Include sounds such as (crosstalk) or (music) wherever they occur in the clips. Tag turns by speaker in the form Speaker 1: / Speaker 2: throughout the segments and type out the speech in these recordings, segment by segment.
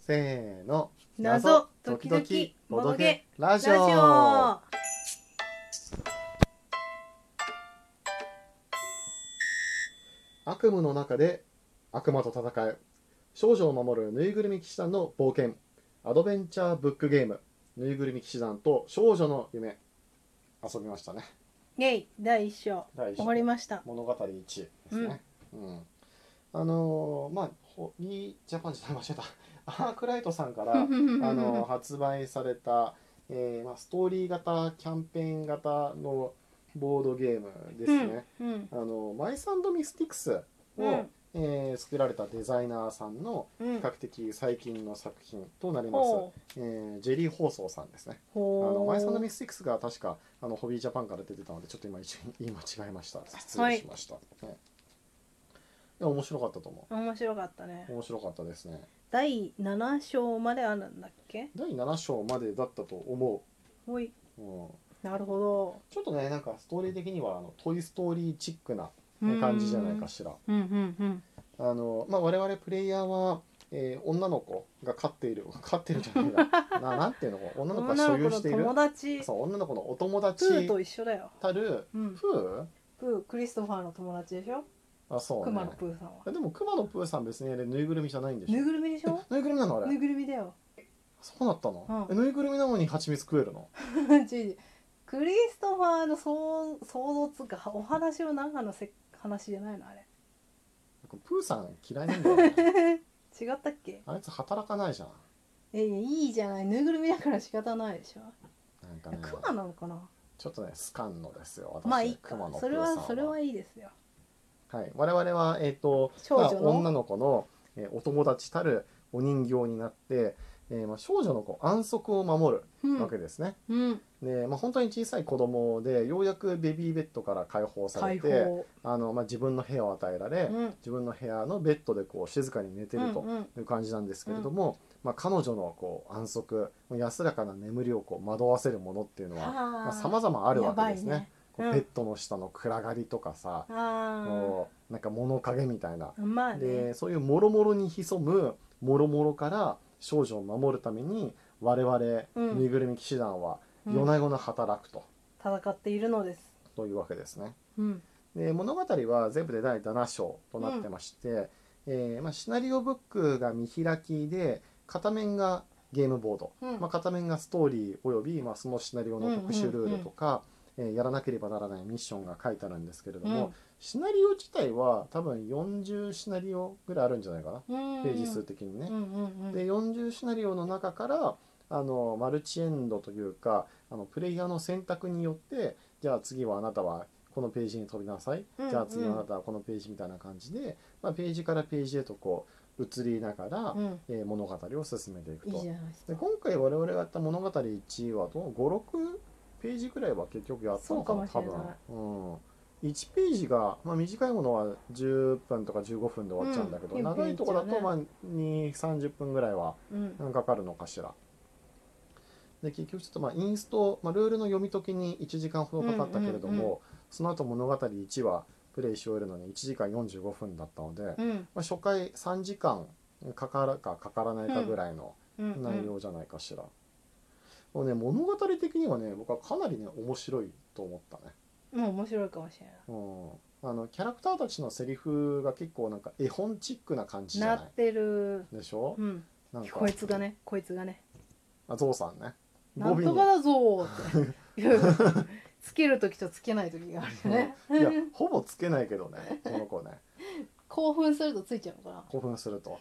Speaker 1: せーの
Speaker 2: 謎時々ボドゲ
Speaker 1: ラ
Speaker 2: ラ
Speaker 1: ジ
Speaker 2: ジ
Speaker 1: オ
Speaker 2: オ
Speaker 1: 悪夢の中で悪魔と戦え少女を守るぬいぐるみ騎士団の冒険アドベンチャーブックゲームぬいぐるみ騎士団と少女の夢遊びましたね
Speaker 2: ゲイ第一章
Speaker 1: 第一
Speaker 2: 終わりました
Speaker 1: 物語1ですね、うんあのーまあホニージャパンじゃない間違えたアークライトさん
Speaker 2: (laughs)
Speaker 1: からあの発売された、えーまあ、ストーリー型キャンペーン型のボードゲームですね、
Speaker 2: うんうん
Speaker 1: あのマイサンドミスティクスを、
Speaker 2: うん
Speaker 1: えー作られたデザイナーさんの
Speaker 2: うん
Speaker 1: 比較的最近の作品となります、
Speaker 2: ほう
Speaker 1: えージェリー放送さんですねあの
Speaker 2: ほう
Speaker 1: マイサンドミスティクスが確かあのホビージャパンから出てたのでちょっと今一言い間違えました失礼しました、ねいや面白かったと思
Speaker 2: 面白かったね
Speaker 1: う面白かったですね
Speaker 2: 第七章まであるんだっけ
Speaker 1: 第7章までだったと思、
Speaker 2: ほいう
Speaker 1: うん、
Speaker 2: なるほ
Speaker 1: ちょっとねなんかストーリー的にはあのトイ・ストーリーチックな
Speaker 2: ど
Speaker 1: 感じじゃないかしら。
Speaker 2: うんうんうん
Speaker 1: あのまあ、我々プレイヤーは、えー女の子が飼っている飼ってるじゃない
Speaker 2: (laughs)
Speaker 1: なななんていうのか女の子が
Speaker 2: 女
Speaker 1: 所
Speaker 2: の
Speaker 1: 有
Speaker 2: 子の
Speaker 1: している
Speaker 2: 友達
Speaker 1: そう女の子のお友達
Speaker 2: プーと一緒だよ
Speaker 1: たる
Speaker 2: うん
Speaker 1: プー
Speaker 2: プークリストファーの友達でしょ
Speaker 1: あそう
Speaker 2: クマ
Speaker 1: ね
Speaker 2: のプーさんは
Speaker 1: でもクマのプーさん別にあれぬいぐるみじゃないんでしょ
Speaker 2: ぬいぐるみで
Speaker 1: (laughs)
Speaker 2: しょ
Speaker 1: えぬいぐるみなのあ
Speaker 2: ぬい
Speaker 1: れ
Speaker 2: ぐるみだよ
Speaker 1: そうだったの、
Speaker 2: う
Speaker 1: えぬいぐるみなのに蜂蜜食えるの
Speaker 2: 違 (laughs) う違うクリストファーの想想像つうかお話の中のせ話じゃないのあれ
Speaker 1: プーさん嫌いなん
Speaker 2: (laughs)
Speaker 1: だよね
Speaker 2: 違ったっけ
Speaker 1: あいつ働かないじゃん
Speaker 2: えいいじゃないぬいぐるみだから仕方ないでしょ
Speaker 1: なんかね
Speaker 2: クマなのかな
Speaker 1: ちょっとね好かんのですよ私
Speaker 2: まあいいか
Speaker 1: 熊野プー
Speaker 2: それ
Speaker 1: さん
Speaker 2: はそれはいいですよ
Speaker 1: はい、我々は、えーと
Speaker 2: 少女
Speaker 1: まあ
Speaker 2: の
Speaker 1: 女の子の、えーお友達たるお人形になって、えーまあ、少女の子安息を守
Speaker 2: う
Speaker 1: るわけ
Speaker 2: ん、
Speaker 1: ですね。
Speaker 2: うん、
Speaker 1: でまあ、本当に小さい子供でようやくベビーベッドから解放され
Speaker 2: 解
Speaker 1: て
Speaker 2: 放
Speaker 1: あの、まあ、自分の部屋を与えられ、
Speaker 2: うん
Speaker 1: 自分の部屋のベッドでこう静かに寝てる
Speaker 2: う
Speaker 1: と
Speaker 2: んうん
Speaker 1: いう感じなんですけれども、まあ、彼女のこう安息安らかな眠りをこう惑わせるものっていうのは
Speaker 2: は
Speaker 1: さまざまあるわけですね。
Speaker 2: やばいね
Speaker 1: こ
Speaker 2: う
Speaker 1: うんベッドの下の暗がりとかさ、
Speaker 2: あ
Speaker 1: こうなんか物陰みたいな
Speaker 2: あまあね
Speaker 1: でそういうもろもろに潜むもろもろから少女を守るために我々
Speaker 2: うん
Speaker 1: ぬいぐるみ騎士団は
Speaker 2: うん
Speaker 1: 夜な夜な働くと,、
Speaker 2: 戦っているのです
Speaker 1: というわけですね。
Speaker 2: うん
Speaker 1: で物語は全部で第7章となってまして、えーまあ、シナリオブックが見開きで片面がゲームボード、
Speaker 2: うん
Speaker 1: まあ、片面がストーリーおよび、まあ、そのシナリオの特殊ルールとか、えーやらなければならないミッションが書いてあるんですけれども、シナリオ自体は多分40シナリオぐらいあるんじゃないかな、
Speaker 2: うん
Speaker 1: ページ数的にね
Speaker 2: う。んうんうん
Speaker 1: で40シナリオの中からあのマルチエンドというかあのプレイヤーの選択によってじゃあ次はあなたはこのページに飛びなさい、
Speaker 2: うん
Speaker 1: じゃあ次はあなたはこのページみたいな感じで、まあ、ページからページへとこう移りながら、
Speaker 2: うん
Speaker 1: えー物語を進めていく
Speaker 2: いい
Speaker 1: と
Speaker 2: じゃないです
Speaker 1: で
Speaker 2: か
Speaker 1: 今回我々がやった物語1はどう56ページくらいは結局やったのかな
Speaker 2: そうかも
Speaker 1: 多分、うん、1ページが、まあ、短いものは10分とか15分で終わっちゃうんだけど、
Speaker 2: うん
Speaker 1: 長いとこだ
Speaker 2: ピンピ
Speaker 1: と、
Speaker 2: ン
Speaker 1: まあ、2 3 0分ぐらいは
Speaker 2: うん
Speaker 1: かかるのかしら。で結局ちょっとまあインスト、まあ、ルールの読み解きに1時間ほどかかったけれども、
Speaker 2: うんうんうん
Speaker 1: その後物語1はプレイし終えるのに1時間45分だったので、ま
Speaker 2: うん
Speaker 1: あ、初回3時間かかるかかからないかぐらいの
Speaker 2: うん
Speaker 1: 内容じゃないかしら。もうね物語的にはね僕はかなりね面白いと思ったね。
Speaker 2: うん面白いかもしれない
Speaker 1: うん、あのキャラクターたちのセリフが結構なんか絵本チックな感じじ
Speaker 2: な
Speaker 1: ゃな
Speaker 2: ってる
Speaker 1: いでしょ
Speaker 2: う、ん
Speaker 1: なんか
Speaker 2: こいつがねこいつがね
Speaker 1: あゾウさんね。
Speaker 2: なん
Speaker 1: 語尾
Speaker 2: と
Speaker 1: に
Speaker 2: かだぞー
Speaker 1: (laughs)
Speaker 2: っていうつける時とつけない時があるよね
Speaker 1: いやほぼつけないけどねこの子ね
Speaker 2: 興奮するとついちゃうのか
Speaker 1: 興奮すると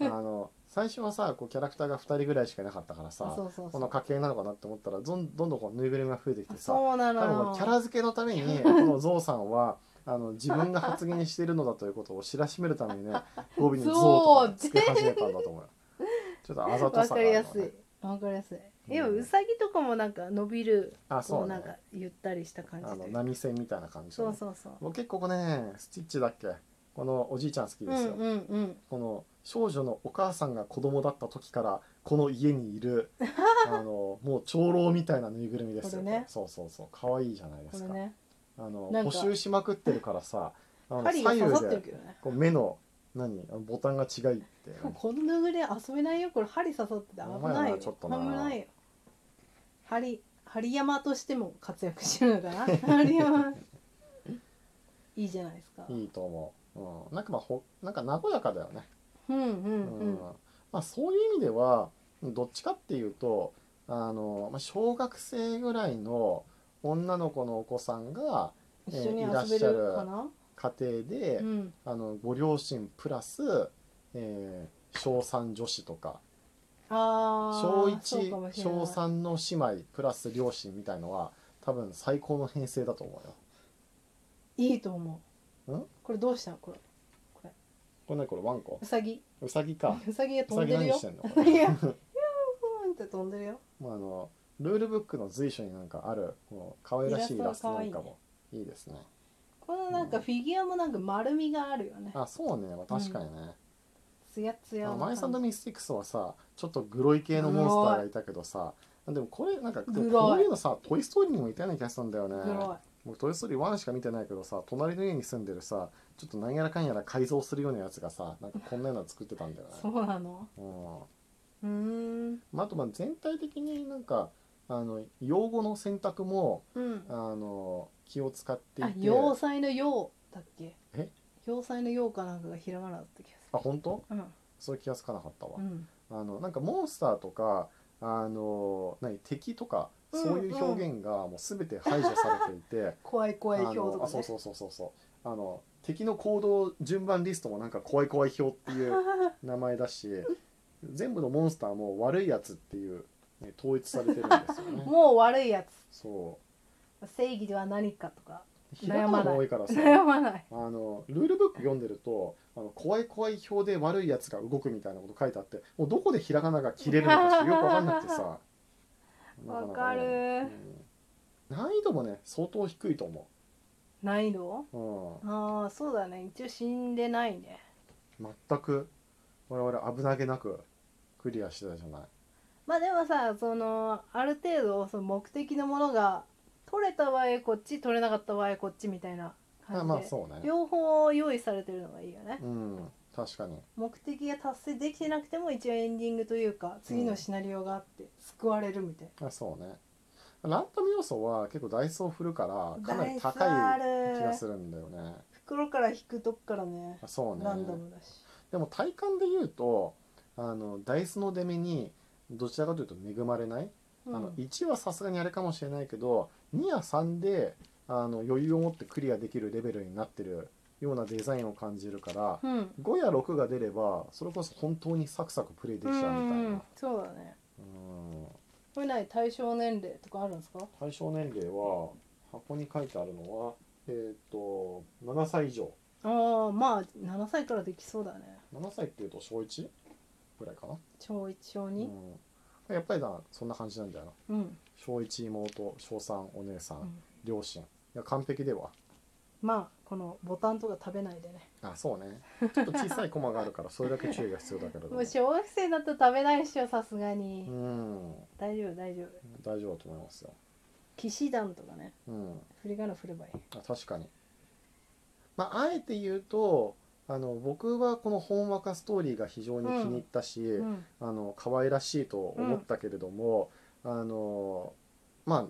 Speaker 1: あの最初はさこうキャラクターが2人ぐらいしかいなかったから
Speaker 2: なあ
Speaker 1: さ
Speaker 2: そうそう
Speaker 1: こ
Speaker 2: そ
Speaker 1: の
Speaker 2: う
Speaker 1: 家系なのかなって思ったらどんどんどんこうぬいぐるみが増えてきてさ
Speaker 2: そうな
Speaker 1: 多
Speaker 2: のよ
Speaker 1: 分キャラ付けのためにこのゾウさんはあの自分が発言しているのだということを知らしめるためにね語尾にゾウとかつけ始めたんだと思うよちょっとあざと
Speaker 2: わ
Speaker 1: さが
Speaker 2: か
Speaker 1: あ
Speaker 2: り
Speaker 1: るよ
Speaker 2: や
Speaker 1: ね
Speaker 2: すいわかりやすい
Speaker 1: うん
Speaker 2: でもうさぎとかもなんか伸びる
Speaker 1: あ
Speaker 2: こ
Speaker 1: そうう
Speaker 2: な
Speaker 1: ね
Speaker 2: んかゆったりした感じ
Speaker 1: あ
Speaker 2: と
Speaker 1: の
Speaker 2: いうか
Speaker 1: 波線みたいな感じ
Speaker 2: そうそうそう
Speaker 1: 僕結構こねスティッチだっけこのおじいちゃん好き
Speaker 2: う
Speaker 1: です
Speaker 2: ん
Speaker 1: よ、
Speaker 2: うんうん
Speaker 1: この少女のお母さんが子供だった時からこの家にい
Speaker 2: (laughs)
Speaker 1: るあのもう長老みたいなぬいぐるみですよ、
Speaker 2: これね
Speaker 1: そうそうそう可愛いじゃないで
Speaker 2: こ
Speaker 1: す
Speaker 2: れ
Speaker 1: か
Speaker 2: ね
Speaker 1: あの
Speaker 2: なん
Speaker 1: 補
Speaker 2: か
Speaker 1: 修しまくってるからさあの
Speaker 2: 針が
Speaker 1: 左
Speaker 2: 刺さっ
Speaker 1: 右
Speaker 2: てる
Speaker 1: で
Speaker 2: けどね
Speaker 1: こう目の何あのボタンが違い (laughs) って
Speaker 2: このぬぐれ遊べないよこれ針刺さってて
Speaker 1: お
Speaker 2: 危
Speaker 1: 前
Speaker 2: ない
Speaker 1: ら
Speaker 2: よ
Speaker 1: ちょっ
Speaker 2: 危
Speaker 1: とな
Speaker 2: ないよ針針山としても活躍してるのかな
Speaker 1: (laughs)
Speaker 2: 針山いいじゃないですか
Speaker 1: いいと思う、うん、なんかまあほなんか和やかだよね、
Speaker 2: うんう
Speaker 1: うん
Speaker 2: うん
Speaker 1: まあ、そういう意味ではどっちかっていうとあの、まあ、小学生ぐらいの女の子のお子さんが
Speaker 2: 一緒に遊べるかな
Speaker 1: 家庭で、
Speaker 2: うん
Speaker 1: あのご両親プラス、えー小3女子とか
Speaker 2: ああ
Speaker 1: 小1小3の姉妹プラス両親みたいのは多分最高の編成だと思うよ。
Speaker 2: いいと思うんこれどうしたのこれ
Speaker 1: これ何これワン (laughs) コ
Speaker 2: うさぎ
Speaker 1: うさぎか。
Speaker 2: うさぎが
Speaker 1: う
Speaker 2: 飛
Speaker 1: さぎ
Speaker 2: んでる
Speaker 1: 何
Speaker 2: よ
Speaker 1: してんの
Speaker 2: い
Speaker 1: こ
Speaker 2: や
Speaker 1: れ
Speaker 2: いや
Speaker 1: (laughs)
Speaker 2: ーンって飛んでるよ
Speaker 1: もうあのルールブックの随所になんかあるこう可愛らしいイラストなんかもいいですね。
Speaker 2: このなんかフィギュアもなんか丸みがあるよね
Speaker 1: あそうね、まあ、確かにね。
Speaker 2: ツヤツ
Speaker 1: あ
Speaker 2: ヤな
Speaker 1: の
Speaker 2: 感
Speaker 1: マイサンド
Speaker 2: じ
Speaker 1: ミスティクスはさちょっとグロい系のモンスターがいたけどさでもこれなんかこ
Speaker 2: グロいう
Speaker 1: いうのさ「トイ・ストーリー」にもいたような気がするんだよね。
Speaker 2: 黒
Speaker 1: 僕「トイ・ストーリー1」しか見てないけどさ隣の家に住んでるさちょっとなんやらかんやら改造するようなやつがさなんかこんなようなの作ってたんだよ (laughs)
Speaker 2: い
Speaker 1: ね。
Speaker 2: そうなの
Speaker 1: うん
Speaker 2: うーん
Speaker 1: まあ、あとまあ全体的になんかあの用語の選択も
Speaker 2: うん
Speaker 1: あの気を使ってい
Speaker 2: あ
Speaker 1: て
Speaker 2: 要塞の要だっけ
Speaker 1: え
Speaker 2: 要塞の要かなんかがひらがなだった気が
Speaker 1: あ本当
Speaker 2: する
Speaker 1: そういう気がつかなかったわ
Speaker 2: う、ん
Speaker 1: あのなんかモンスターとかあの何敵とか
Speaker 2: うん
Speaker 1: そういう表現がもう全て排除されていて、
Speaker 2: 怖い (laughs) 怖い
Speaker 1: あ
Speaker 2: 表
Speaker 1: の
Speaker 2: と
Speaker 1: あ
Speaker 2: か
Speaker 1: そう
Speaker 2: ね
Speaker 1: そうそうそうそうあの敵の行動順番リストもなんか怖い怖い表って
Speaker 2: (laughs)
Speaker 1: いう名前だし全部のモンスターも悪いやつっていう、ね、統一されてるんですよね
Speaker 2: (laughs) もう悪いやつ
Speaker 1: そ
Speaker 2: 正義では何かとか
Speaker 1: うひらがなが多いからさ
Speaker 2: 悩まない
Speaker 1: あのルールブック読んでるとあの怖い怖い表で悪いやつが動くみたいなこと書いてあってもうどこでひらがなが切れるのかちょっとよく分かんなくて
Speaker 2: (laughs)
Speaker 1: さ
Speaker 2: わ
Speaker 1: な
Speaker 2: かる
Speaker 1: なねうん難易度もね相当低いと思
Speaker 2: 難易度
Speaker 1: う、うん、
Speaker 2: ああそうだね一応死んでないね
Speaker 1: 全く我々危なげなくクリアしてたじゃない
Speaker 2: まあでもさそのある程度その目的のものが取れた場合こっち取れなかった場合こっちみたいな感じ
Speaker 1: あ
Speaker 2: で
Speaker 1: まあそうね
Speaker 2: 両方用意されてるのがいいよね
Speaker 1: うん確かに
Speaker 2: 目的が達成できてなくても一応エンディングというか次のシナリオがあって救われるみたい
Speaker 1: あそうねランダム要素は結構ダイソー振るから
Speaker 2: な
Speaker 1: かなり
Speaker 2: ダイスあ
Speaker 1: 高い
Speaker 2: る
Speaker 1: 気がするんだよね
Speaker 2: 袋から引くとこからね
Speaker 1: あそうね
Speaker 2: ランダムだし
Speaker 1: でも体感で言うとあのダイスの出目にどちらかというと恵まれない、
Speaker 2: うん
Speaker 1: あの1はさすがにあれかもしれないけど2や3であの余裕を持ってクリアできるレベルになってるようなデザインを感じるから、
Speaker 2: うん
Speaker 1: 5や6が出ればそれこそ本当にサクサクプレイできちゃうみたい
Speaker 2: うん
Speaker 1: な、
Speaker 2: そうだね
Speaker 1: うん、
Speaker 2: これ何対象年齢とかあるんですか
Speaker 1: 対象年齢は箱に書いてあるのはえーっ、と7歳以上
Speaker 2: ああまあ7歳からできそうだね
Speaker 1: 7歳っていうと小1ぐらいかな、
Speaker 2: 小1小
Speaker 1: う
Speaker 2: 2
Speaker 1: ん、やっぱりなそんな感じなんだよな
Speaker 2: うん、
Speaker 1: 小1妹小3お姉さん、
Speaker 2: うん
Speaker 1: 両親いや完璧では
Speaker 2: まあこのボタンとか食べないでね
Speaker 1: あそうねちょっと小さい駒がある
Speaker 2: (laughs)
Speaker 1: からそれだけ注意が必要だけれど
Speaker 2: もう小学生だと食べないっしょさすがに、
Speaker 1: うん
Speaker 2: 大丈夫大丈夫
Speaker 1: 大丈夫だと思いますよ
Speaker 2: 騎士団とかね
Speaker 1: うん
Speaker 2: 振り仮名振ればいい
Speaker 1: あ確かにまああえて言うとあの僕はこのほんわかストーリーが非常に気に入ったし、
Speaker 2: うん
Speaker 1: あの可愛らしいと思ったけれども、あのまあ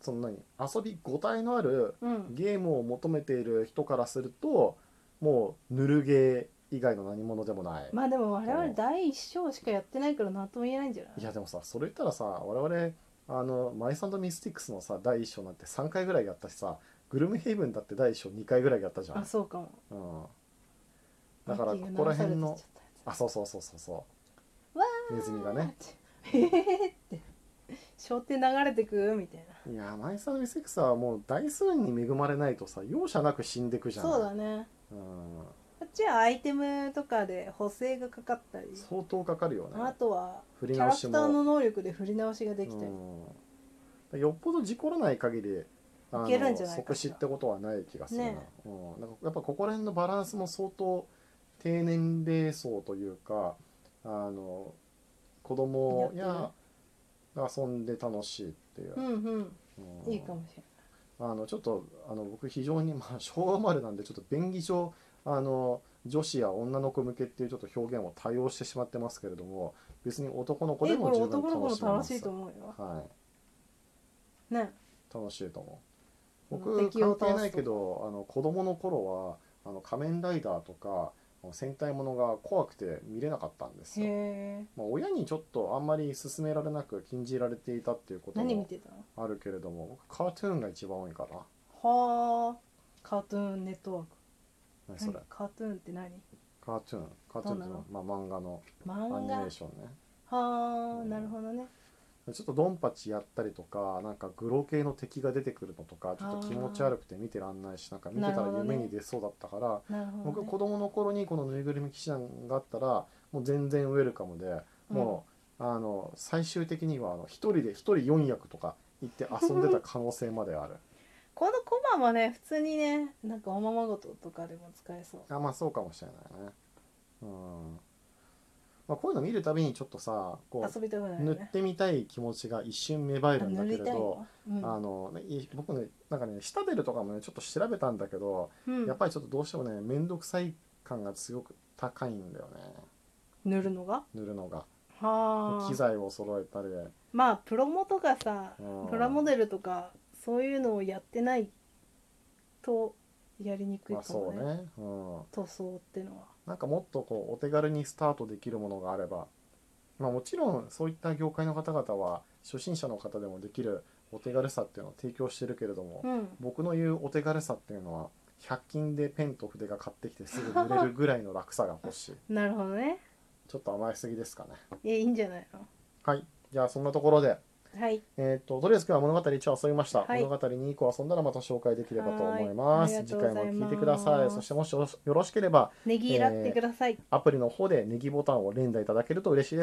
Speaker 1: その何遊びごたえのある
Speaker 2: うん
Speaker 1: ゲームを求めている人からするともうぬるゲー以外の何物でもない、
Speaker 2: まあでも我々第一章しかやってないから何とも言えないんじゃない
Speaker 1: いやでもさそれ言ったらさ我々あのマイサンドミスティックスのさ第1章なんて3回ぐらいやったしさグルムヘイブンだって第1章2回ぐらいやったじゃ
Speaker 2: あ
Speaker 1: ん、
Speaker 2: そうかも
Speaker 1: うん、だからここら辺のあそうそうそうそうそう
Speaker 2: わ
Speaker 1: ネズミがね
Speaker 2: ね (laughs) えーって小手流れてくみたい
Speaker 1: いやマイサーミセクサーはもう大数に恵まれないとさ容赦なく死んでくじ
Speaker 2: な
Speaker 1: ゃん
Speaker 2: そうだね
Speaker 1: うん、
Speaker 2: こっちはアイテムとかで補正がかかったり
Speaker 1: 相当かかるよね
Speaker 2: あとは
Speaker 1: 振
Speaker 2: キ
Speaker 1: り
Speaker 2: ャ
Speaker 1: 直
Speaker 2: ラク
Speaker 1: し
Speaker 2: ター
Speaker 1: も
Speaker 2: の能力で振り直しができたり
Speaker 1: うん、よっぽど事故らない限りあの
Speaker 2: いけるんじゃないかし
Speaker 1: 即死
Speaker 2: ら
Speaker 1: ってことはない気がするな,、
Speaker 2: ね
Speaker 1: うん、なんかやっぱここら辺のバランスも相当低年齢層というかあの子供や遊んで楽しいっていう
Speaker 2: う、んう
Speaker 1: うんん
Speaker 2: いいかもしれ
Speaker 1: あのちょっとあの僕非常にまあ昭和生まれなんでちょっと便宜上あの女子や女の子向けっていうちょっと表現を多用してしまってますけれども別に男の子で
Speaker 2: えこ
Speaker 1: も
Speaker 2: れ
Speaker 1: 十分
Speaker 2: 男の
Speaker 1: 楽
Speaker 2: 子
Speaker 1: しめ
Speaker 2: の
Speaker 1: ま
Speaker 2: 楽
Speaker 1: す
Speaker 2: しいと思うよ
Speaker 1: はい
Speaker 2: ね
Speaker 1: 楽しいと思う
Speaker 2: あの
Speaker 1: 僕
Speaker 2: 敵を
Speaker 1: 関
Speaker 2: 倒すと
Speaker 1: 係ないけどあの子供の頃はあの仮面ライダーとかあの戦隊ものが怖くて見れなかったんです
Speaker 2: へ
Speaker 1: よ、
Speaker 2: え
Speaker 1: まあ、親にちょっとあんまり勧められなく禁じられていたっていうこと
Speaker 2: 何見
Speaker 1: も
Speaker 2: てたの
Speaker 1: あるけれども僕カートゥーンが一番多いかな
Speaker 2: はあカートゥーンネットワーク
Speaker 1: 何それ
Speaker 2: 何カートゥーンって何
Speaker 1: カートゥーンカートゥーンっていうのは、まあ、漫画のア
Speaker 2: 漫
Speaker 1: ニメー
Speaker 2: 画
Speaker 1: ションね
Speaker 2: はあ
Speaker 1: うん
Speaker 2: なるほどね
Speaker 1: ちょっとドンパチやったりとかなんかグロ系の敵が出てくるのとかちょっと気持ち悪くて見てらんないしなんか見てた
Speaker 2: なる
Speaker 1: ら
Speaker 2: ほどね
Speaker 1: 夢に出そうだったから、
Speaker 2: なるほど
Speaker 1: 僕
Speaker 2: ね
Speaker 1: 子供の頃にこのぬいぐるみ騎士団があったらもう全然ウェルカムでもう、あの最終的にはあの一人で一人4役とか行って遊んでた可能性まである
Speaker 2: このコマはね普通にねなんかおままごととかでも使えそう
Speaker 1: あまあそうかもしれないねうん、まあ、こういうの見るたびにちょっとさこ
Speaker 2: 遊びたくな
Speaker 1: う
Speaker 2: る
Speaker 1: 塗
Speaker 2: よ
Speaker 1: っ
Speaker 2: ね
Speaker 1: てみたい気持ちが一瞬芽生え
Speaker 2: あ
Speaker 1: るんだ
Speaker 2: 塗
Speaker 1: けれ
Speaker 2: りたい
Speaker 1: ど
Speaker 2: のうん
Speaker 1: あのねい僕ねなんかね下ベルとかもねちょっと調べたんだけど、
Speaker 2: うん
Speaker 1: やっぱりちょっとどうしてもね面倒くさい感がすごく高いんだよね
Speaker 2: 塗るのが
Speaker 1: 塗るのが
Speaker 2: は
Speaker 1: 機
Speaker 2: あ
Speaker 1: 材を揃えたり
Speaker 2: まあプロモとかさ
Speaker 1: うん
Speaker 2: プラモデルとかそういうのをやってないとやりにくい
Speaker 1: ま
Speaker 2: か
Speaker 1: あそ
Speaker 2: も
Speaker 1: う
Speaker 2: ね
Speaker 1: ね、うん、
Speaker 2: 塗装ってのは
Speaker 1: なんかもっとこうお手軽にスタートできるものがあればまあもちろんそういった業界の方々は初心者の方でもできるお手軽さっていうのを提供してるけれども、
Speaker 2: うん
Speaker 1: 僕の言うお手軽さっていうのは100均でペンと筆が買ってきてすぐ塗れるぐらいの楽さが欲しい
Speaker 2: なるほどね
Speaker 1: ちょっと甘えすぎですかね
Speaker 2: いやいいんじゃない
Speaker 1: はいじゃあそんなところで
Speaker 2: のはい
Speaker 1: えー、ととりあえず今日は物語1を遊びました、
Speaker 2: はい
Speaker 1: 物語2以降遊んだらまた紹介できればと思います
Speaker 2: はいあり
Speaker 1: 次
Speaker 2: がとう
Speaker 1: 回
Speaker 2: ござ
Speaker 1: も
Speaker 2: います
Speaker 1: 聞いてくださいそしてもしよろしよろしければ
Speaker 2: ねぎらってください、
Speaker 1: アプリの方でネギボタンを連打いただけると嬉しいです